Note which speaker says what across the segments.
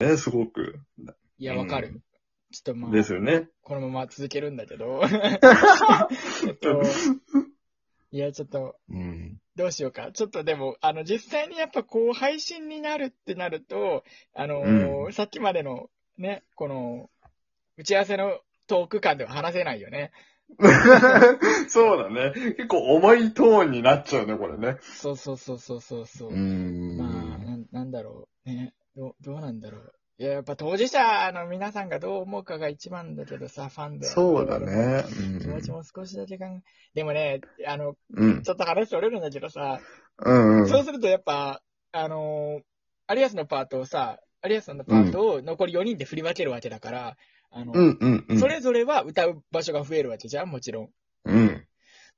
Speaker 1: ね、すごく。
Speaker 2: いや、わかる。ちょっとまあ、
Speaker 1: ですよね。
Speaker 2: このまま続けるんだけ ど。えっと、いや、ちょっと、
Speaker 1: うん。
Speaker 2: どうしようか。ちょっとでも、あの、実際にやっぱこう、配信になるってなると、あのー
Speaker 1: うん
Speaker 2: さっきまでのね、この、打ち合わせのトーク間では話せないよね。
Speaker 1: そうだね。結構重いトーンになっちゃうね、これね。
Speaker 2: そうそうそうそうそうそう。
Speaker 1: ん
Speaker 2: まあなん、なんだろう。ね、どうどうなんだろう。いや、やっぱ当事者の皆さんがどう思うかが一番だけどさ、ファンで。
Speaker 1: そうだ。ね。
Speaker 2: 気持ちも少しだけ考え、でもね、あの、
Speaker 1: うん。
Speaker 2: ちょっと話それるんだけどさ、
Speaker 1: うん。うん。
Speaker 2: そうするとやっぱ、あのー、有安のパートをさ、有安さんのパートを残り4人で振り分けるわけだから、あの、
Speaker 1: うん。うん。うん。
Speaker 2: それぞれは歌う場所が増えるわけじゃん、もちろん。
Speaker 1: うん。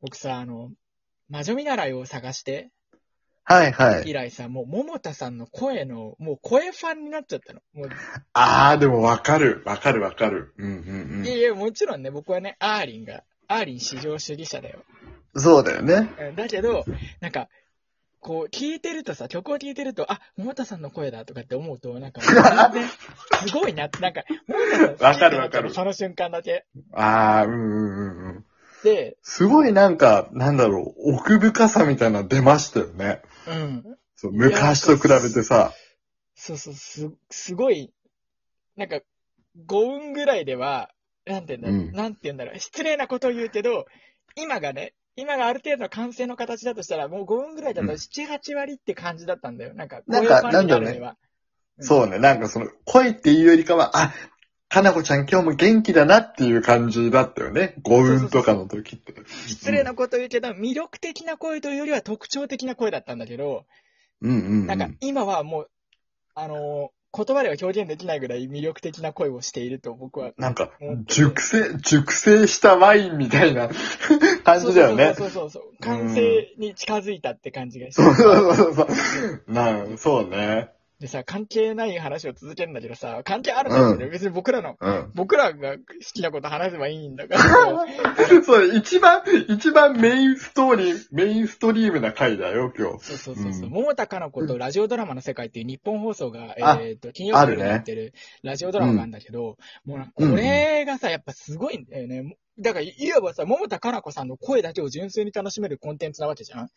Speaker 2: 僕さ、あの、魔女見習いを探して、
Speaker 1: はいはい
Speaker 2: 以。来さ、もう桃田さんの声の、もう声ファンになっちゃったの。もう、
Speaker 1: ああ、でもわかる。わかるわかる。うんうん
Speaker 2: いやいや、もちろんね、僕はね、アーリンが、アーリン至上主義者だよ。
Speaker 1: うん。そうだよね。
Speaker 2: うんだけど、なんか、こう、聞いてるとさ、曲を聴いてると、あ、桃田さんの声だとかって思うと、な んか、全然、すごいなって、なんか、桃田さん好き
Speaker 1: わかる
Speaker 2: にな
Speaker 1: わ
Speaker 2: っち
Speaker 1: か
Speaker 2: ゃうの
Speaker 1: る
Speaker 2: その瞬間だけ。
Speaker 1: ああ、うんうんうんうん。
Speaker 2: で、
Speaker 1: すごいなんか、なんだろう、奥深さみたいなの出ましたよね。
Speaker 2: うん。
Speaker 1: そう昔と比べてさ。
Speaker 2: そうそう、す、すごい、なんか、5分ぐらいでは、なんて言うんだろう、
Speaker 1: うん
Speaker 2: なんて言うんだろう、失礼なことを言うけど、今がね、今がある程度の完成の形だとしたら、もう5分ぐらいだと
Speaker 1: うん
Speaker 2: 7、8割って感じだったんだよ。なんか、
Speaker 1: なんか
Speaker 2: こういう感じに
Speaker 1: なんだろうね
Speaker 2: には。
Speaker 1: そうね、なんかその、恋っていうよりかは、あ、かなこちゃん今日も元気だなっていう感じだったよね。五運とかの時って。
Speaker 2: 失礼なこと言うけど、魅力的な声というよりは特徴的な声だったんだけど、
Speaker 1: うんうん、うん。
Speaker 2: なんか今はもう、あのー言葉では表現できないぐらい魅力的な声をしていると僕は。
Speaker 1: なんか、熟成、熟成したワインみたいな 感じだよね。
Speaker 2: そうそうそうそう。完成に近づいたって感じがして
Speaker 1: そう。そうそうそう。なん、そうね。
Speaker 2: でさ、関係ない話を続けるんだけどさ、関係あるんだけど、別に僕らの、
Speaker 1: うん。
Speaker 2: 僕らが好きなこと話せばいいん だから。
Speaker 1: そう、一番、一番メインストーリー、メインストリームな回だよ、今日。
Speaker 2: そうそうそうそう、
Speaker 1: うん
Speaker 2: 桃田かな子とラジオドラマの世界っていう日本放送が、
Speaker 1: あ
Speaker 2: えっ、と、金曜日
Speaker 1: ある
Speaker 2: に
Speaker 1: ね
Speaker 2: やってるラジオドラマなんだけど、もうなんかこれがさ、やっぱすごいんだよね。だから、いわばさ、桃田かな子さんの声だけを純粋に楽しめるコンテンツなわけじゃん、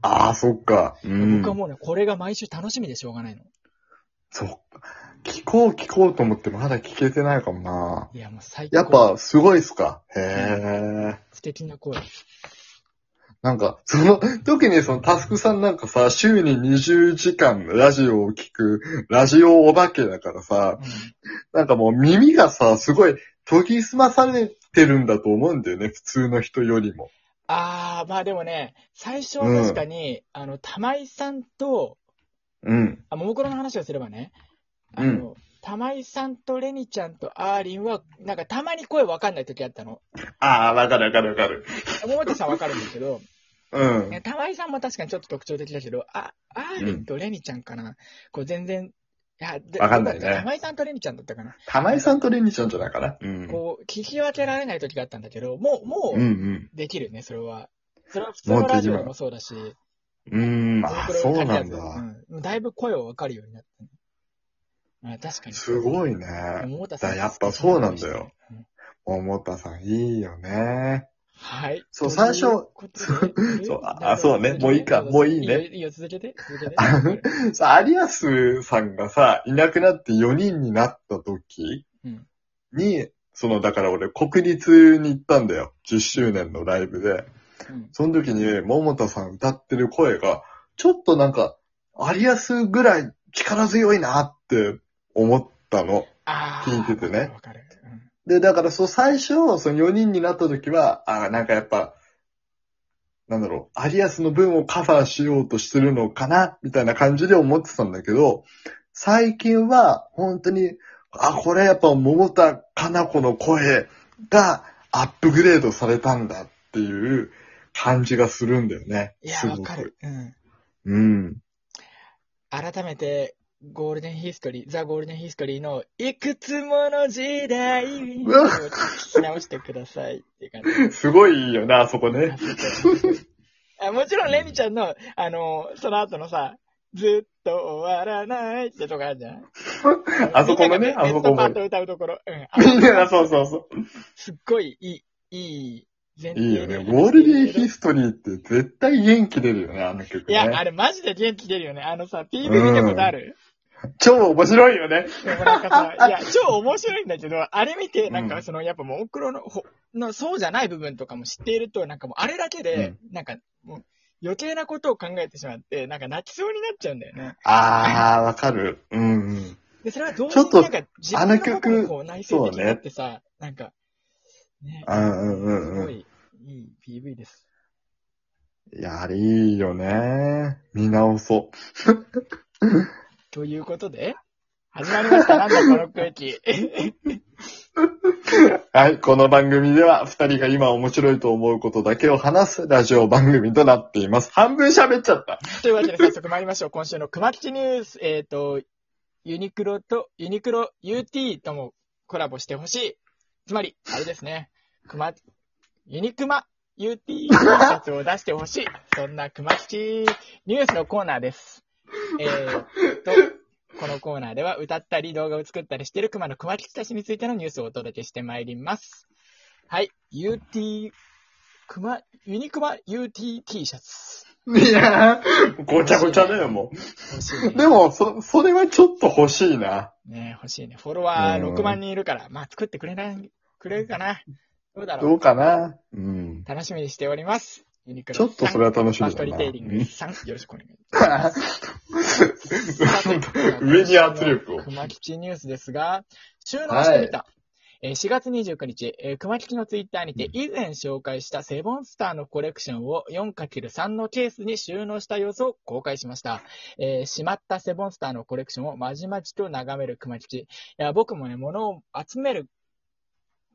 Speaker 1: ああ、そっか。うん
Speaker 2: 僕は。もうね、これが毎週楽しみでしょうがないの。
Speaker 1: そっか。聞こう聞こうと思ってまだ聞けてないかもな。
Speaker 2: いや、もう最高。
Speaker 1: やっぱ、すごいっすか。へえ。
Speaker 2: 素敵な声。
Speaker 1: なんか、その、特にそのタスクさんなんかさ、週に20時間ラジオを聞く、ラジオお化けだからさ、
Speaker 2: う
Speaker 1: なんかもう耳がさ、すごい研ぎ澄まされてるんだと思うんだよね、普通の人よりも。
Speaker 2: んあー、まあでもね、最初は確かに、あの、玉井さんと、
Speaker 1: うん。
Speaker 2: あ、ももクロの話をすればね、あの、玉井さんとレニちゃんとアーリンは、なんかたまに声わかんない時あったの。
Speaker 1: ああ、わかるわかるわかる。
Speaker 2: 桃田さんわかるんですけど、
Speaker 1: うん
Speaker 2: いや。玉井さんも確かにちょっと特徴的だけど、あ、アーリンとレニちゃんかな、こう全然、いや、で
Speaker 1: わかんないね
Speaker 2: どうだった玉井さんとレニちゃんだったかな、
Speaker 1: 玉井さんとレニちゃんじゃないかな。うん。
Speaker 2: こう、聞き分けられない時があったんだけど、もう、も
Speaker 1: うんう
Speaker 2: う、
Speaker 1: ん。
Speaker 2: できるね、それは。それは普通のラジオでもそうだし、
Speaker 1: うん、
Speaker 2: もも
Speaker 1: あ
Speaker 2: ク
Speaker 1: あ、
Speaker 2: ロ
Speaker 1: そう
Speaker 2: に限
Speaker 1: な
Speaker 2: ら
Speaker 1: ん
Speaker 2: ず
Speaker 1: だ。
Speaker 2: うん。だいぶ声をわかるようになったね。あ確かに。
Speaker 1: すごいね。
Speaker 2: 桃田さん。
Speaker 1: だやっぱそうなんだよ。桃田さん、いいよね。
Speaker 2: はい。
Speaker 1: そう
Speaker 2: と
Speaker 1: 最初
Speaker 2: いうことで
Speaker 1: そうあ
Speaker 2: なるほど
Speaker 1: そうねもういいかもういいね
Speaker 2: いいよいいよ、続けて。続けて。
Speaker 1: あのさアリアスさんがさ、いなくなって4人になった時
Speaker 2: うん
Speaker 1: に、その、だから俺、国立に行ったんだよ。10周年のライブで。
Speaker 2: うん
Speaker 1: その時に、桃田さん歌ってる声が、ちょっとなんか、アリアスぐらい力強いなって思ったの。
Speaker 2: あー
Speaker 1: 聞いててね
Speaker 2: わかる。わかるうん
Speaker 1: で、だから、そう、最初、その4人になった時は、あーなんかやっぱ、なんだろう、アリアスの分をカバーしようとしてるのかな、みたいな感じで思ってたんだけど、最近は、本当に、あ、これやっぱ桃田かな子の声がアップグレードされたんだっていう感じがするんだよね。
Speaker 2: いや、
Speaker 1: すご
Speaker 2: わ
Speaker 1: く
Speaker 2: かる。。うん。
Speaker 1: うん。
Speaker 2: 改めて、ゴールデンヒストリー、ザ・ゴールデンヒストリーの、いくつもの時代を
Speaker 1: うわ
Speaker 2: 聞き直してくださいっていう感じ。
Speaker 1: すごいよ な、あそこね。
Speaker 2: あもちろん、レミちゃんの、あの、その後のさ、ずっと終わらないってとこあるじゃん。
Speaker 1: あそこのね
Speaker 2: み
Speaker 1: あそ
Speaker 2: んなが
Speaker 1: こも
Speaker 2: ペットパート歌うところ。うん。あ
Speaker 1: みんな、そうそうそ
Speaker 2: すっごいいい、いい、全
Speaker 1: う。いいよね。ウォールディヒストリーって絶対元気出るよね、あの曲
Speaker 2: いや、あ
Speaker 1: ね。
Speaker 2: れマジで元気出るよね。あのさ、PV 見たことある、
Speaker 1: 超面白いよね。
Speaker 2: でもなんかさ、 いや、超面白いんだけど、あれ見て、なんかその、やっぱもう、おくろの、ほの、そうじゃない部分とかも知っていると、なんかもう、あれだけで、なんか、もう、余計なことを考えてしまって、なんか泣きそうになっちゃうんだよね。
Speaker 1: あー、わかる。うんうん。
Speaker 2: で、それは同
Speaker 1: ち
Speaker 2: 時
Speaker 1: ょっ
Speaker 2: に
Speaker 1: と
Speaker 2: なんか、自分の中
Speaker 1: あの
Speaker 2: に
Speaker 1: 曲
Speaker 2: こう、内省的になってさ、なんか、ね、
Speaker 1: うんうんうんうん
Speaker 2: すごい、いい PV です。
Speaker 1: いや、あれいいよね。見直そう。
Speaker 2: ということで、始まりました、なんだこの空 気。
Speaker 1: はい、この番組では二人が今面白いと思うことだけを話すラジオ番組となっています。半分喋っちゃった。
Speaker 2: というわけで早速参りましょう。今週の熊吉ニュース。えっ、と、ユニクロと、ユニクロ UT ともコラボしてほしい。つまり、あれですね。熊、ユニクマ UT のシャツを出してほしい。そんな熊吉ニュースのコーナーです。えー、と、このコーナーでは歌ったり動画を作ったりしている熊の熊吉たちについてのニュースをお届けしてまいります。はい。UT、熊、ユニクマ UTT シャツ。
Speaker 1: いやー、ごちゃごちゃだよ、も
Speaker 2: 欲しいね
Speaker 1: う。でも、そ、それはちょっと欲しいな。
Speaker 2: ねえ欲しいね。フォロワー
Speaker 1: うん
Speaker 2: 6万人いるから、まあ作ってくれない、くれるかな。どうだろう。
Speaker 1: どうかなうん。
Speaker 2: 楽しみにしております。ユニクロ
Speaker 1: ちょっとそれは楽しみだな
Speaker 2: ファクトリーテイリングさん、よろしくお願いし ます。
Speaker 1: 上に圧力を。
Speaker 2: 熊吉ニュースですが、収納してみた。えー4月29日、えー熊吉のツイッターにて以前紹介したセボンスターのコレクションを 4×3 のケースに収納した様子を公開しました。えーしまったセボンスターのコレクションをまじまじと眺める熊吉。いや、僕もね、物を集める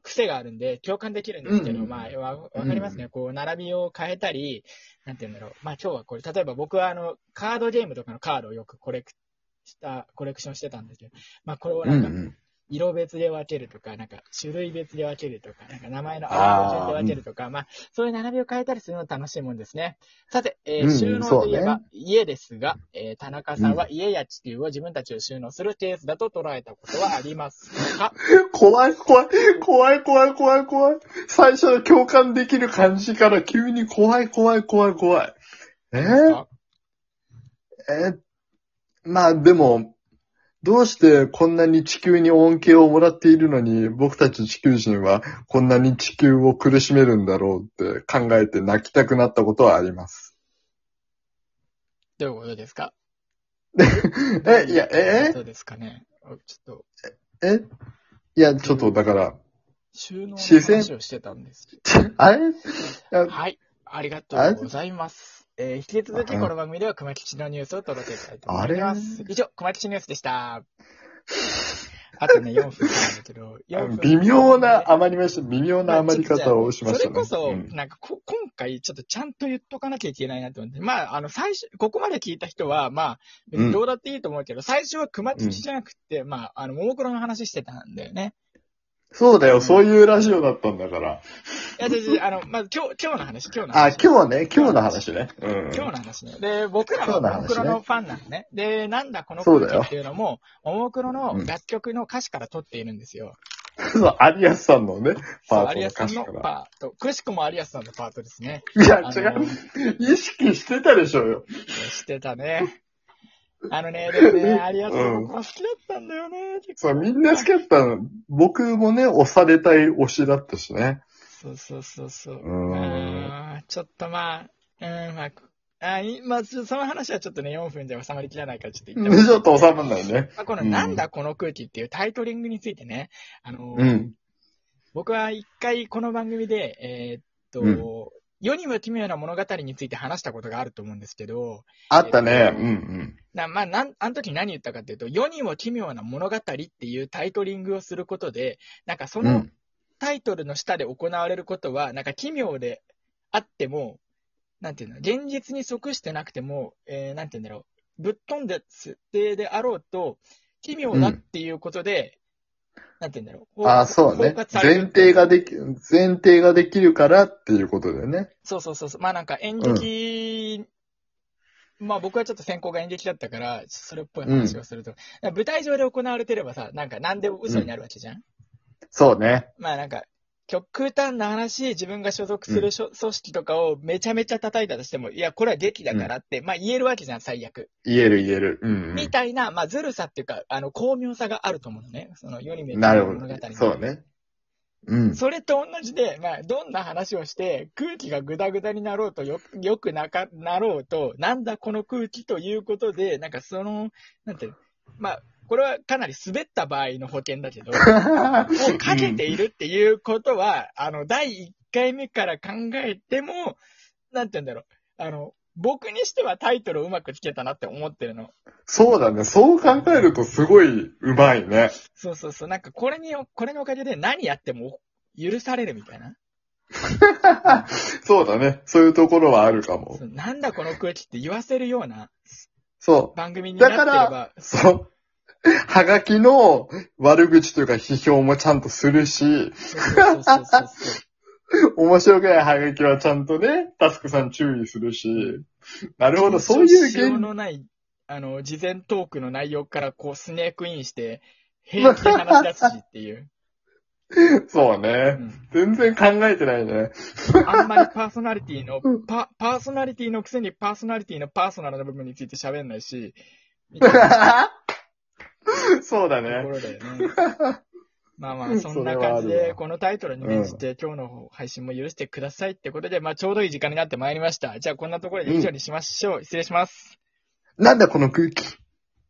Speaker 2: 癖があるんで、共感できるんですけど、
Speaker 1: うん
Speaker 2: まあ、わわかりますね。こう、並びを変えたり、なんて言うんだろう。まあ、今日はこれ、例えば僕はあの、カードゲームとかのカードをよくコレクした、コレクションしてたんですけど、まあ、これを
Speaker 1: う
Speaker 2: なん
Speaker 1: う
Speaker 2: んか、
Speaker 1: ん。
Speaker 2: 色別で分けるとか、なんか、種類別で分けるとか、なんか、名前の
Speaker 1: あー
Speaker 2: アルファベット順で分けるとか、まあ、そういう並びを変えたりするの楽しいもんですね。さて、えー
Speaker 1: うん
Speaker 2: 収納といえ
Speaker 1: そう
Speaker 2: ば
Speaker 1: ね
Speaker 2: 家ですが、えー田中さんは家や地球を自分たちを収納するケースだと捉えたことはありますか
Speaker 1: 怖い、怖い、怖い、怖い、怖い、怖い。最初の共感できる感じから急に怖い、怖い、怖い、怖い。えー、え、まあでも、どうしてこんなに地球に恩恵をもらっているのに、僕たち地球人はこんなに地球を苦しめるんだろうって考えて泣きたくなったことはあります。
Speaker 2: どういうことですか
Speaker 1: え、いや、え
Speaker 2: ど、うですかねおちょっと、
Speaker 1: え、いや、ちょっとだから、
Speaker 2: 収納の
Speaker 1: 自然
Speaker 2: 話をしてたんですけど。
Speaker 1: あれいや
Speaker 2: はい。ありがとうございます。えー、引き続きこの番組では熊吉のニュースを届けたいと思います。以上、熊吉ニュースでした。あとね、4分なんだけ ど、4分
Speaker 1: 微妙な余りました。微妙な余り方をしました
Speaker 2: それこ
Speaker 1: ね。
Speaker 2: そ、
Speaker 1: うん
Speaker 2: なんかこ、今回ちょっとちゃんと言っとかなきゃいけないなって思って、まあ、あの、最初、ここまで聞いた人は、まあ、別にどうだっていいと思うけど、最初は熊吉じゃなくて、まあ、あの、ももクロの話してたんだよね。
Speaker 1: そうだよ、そういうラジオだったんだから。
Speaker 2: いや、違う違うあの、まず今日、今日の話、今日の
Speaker 1: あ、
Speaker 2: 話。
Speaker 1: 今日はね、今日の話ね。うん。
Speaker 2: 今日の話ね。で、僕ら
Speaker 1: 今日の話ね
Speaker 2: はももクロのファンなのね。で、なんだこの
Speaker 1: そうだよ
Speaker 2: 曲っていうのも、ももクロの
Speaker 1: うん
Speaker 2: 楽曲の歌詞から取っているんですよ。
Speaker 1: そう、有安さんのね、パ
Speaker 2: そ
Speaker 1: ー
Speaker 2: う、
Speaker 1: ト
Speaker 2: 有
Speaker 1: の
Speaker 2: 安
Speaker 1: 歌
Speaker 2: さん
Speaker 1: 詞
Speaker 2: の
Speaker 1: から。
Speaker 2: パート。くしくも有安さんのパートですね。
Speaker 1: いや、
Speaker 2: あの
Speaker 1: 違う。意識してたでしょうよ。
Speaker 2: してたね。あのね、でも ね、有安さん
Speaker 1: う
Speaker 2: の
Speaker 1: ん
Speaker 2: 子好きだったんだよね。
Speaker 1: そう、みんな好きだったの。僕もね、押されたい推しだったしね。
Speaker 2: そうそうそうそう。
Speaker 1: うーん
Speaker 2: ん。ちょっとまあ、うん、まあ、あいまあ、ちょその話はちょっとね、4分じゃ収まりきらないから、ちょっと一 旦
Speaker 1: ちょっと収まんないね。
Speaker 2: まあ、この
Speaker 1: うん
Speaker 2: なんだこの空気っていうタイトリングについてね、あの、
Speaker 1: うん。
Speaker 2: 僕は一回この番組で、えーっと、
Speaker 1: うん
Speaker 2: 世にも奇妙な物語について話したことがあると思うんですけど、
Speaker 1: あったね。うん
Speaker 2: なまあ、なん、あの時何言ったかっていうと、世にも奇妙な物語っていうタイトリングをすることで、なんかそ
Speaker 1: うん。う
Speaker 2: の
Speaker 1: ん。
Speaker 2: タイトルの下で行われることは、なんか奇妙であっても、なんていうの、現実に即してなくても、えー、なんていうんだろう、ぶっ飛んだ設定であろうと、奇妙だっていうことで、なんていうんだろう。
Speaker 1: あ、そうね
Speaker 2: 包括。される
Speaker 1: 前提ができ、前提ができるからっていうことだよね。
Speaker 2: そうそうそうそう。まあなんか演劇まあ僕はちょっと先行が演劇だったから、それっぽい話をすると。だから舞台上で行われてればさ、なんか何でも嘘になるわけじゃん。
Speaker 1: そうね。
Speaker 2: まあなんか、極端な話、自分が所属す
Speaker 1: う
Speaker 2: る
Speaker 1: ん
Speaker 2: しょ、組織とかをめちゃめちゃ叩いたとしても、いや、これは劇だからって、まあ言えるわけじゃん、最悪。
Speaker 1: 言える言える。うんうん、
Speaker 2: みたいな、まあずるさっていうか、あの、巧妙さがあると思うのね。その世に見えて
Speaker 1: なるほ
Speaker 2: 物語の
Speaker 1: ど。そうね。うん。
Speaker 2: それと同じで、まあ、どんな話をして、空気がグダグダになろうと、よく、よくなか、なろうと、なんだこの空気ということで、なんかその、なんていうの、まあ、これはかなり滑った場合の保険だけど、を かけているっていうことは、あの、第1回目から考えても、なんて言うんだろう、あの、僕にしてはタイトルをうまくつけたなって思ってるの。
Speaker 1: そうだね。そう考えるとすごいうまいね。
Speaker 2: そうそうそう、なんかこれに、これのおかげで何やっても許されるみたいな。
Speaker 1: そうだね。そういうところはあるかも
Speaker 2: そ。うなんだこの空気って言わせるような
Speaker 1: そ
Speaker 2: 番組になってれ
Speaker 1: だか
Speaker 2: ば
Speaker 1: う。、そう。 はがきの悪口というか批評もちゃんとするし、
Speaker 2: そうそうそう そうそ
Speaker 1: 面白くないハガキはちゃんとね、タスクさん注意するし、なるほど、
Speaker 2: う。
Speaker 1: そういう
Speaker 2: しよ
Speaker 1: 現
Speaker 2: のない、あの、事前トークの内容からこうスネークインして、平気で話し出すしっ ていう。
Speaker 1: そう
Speaker 2: う
Speaker 1: ね。
Speaker 2: ん、
Speaker 1: 全然考えてない ね。
Speaker 2: あんまりパーソナリティの、パ、パーソナリティのくせにパーソナリティのパーソナルな部分について喋んないし、みたいなと
Speaker 1: そうだ
Speaker 2: こ
Speaker 1: ね。
Speaker 2: ろだよね。 まあまあ、そ
Speaker 1: そ
Speaker 2: んな感じ
Speaker 1: れはある
Speaker 2: で、
Speaker 1: わ
Speaker 2: このタイトルに免じて、今日の配信も許してくださいってことで、まあちょうどいい時間になってまいりました。じゃあこんなところで以上にしましょう。失礼します。
Speaker 1: なんだこの空気。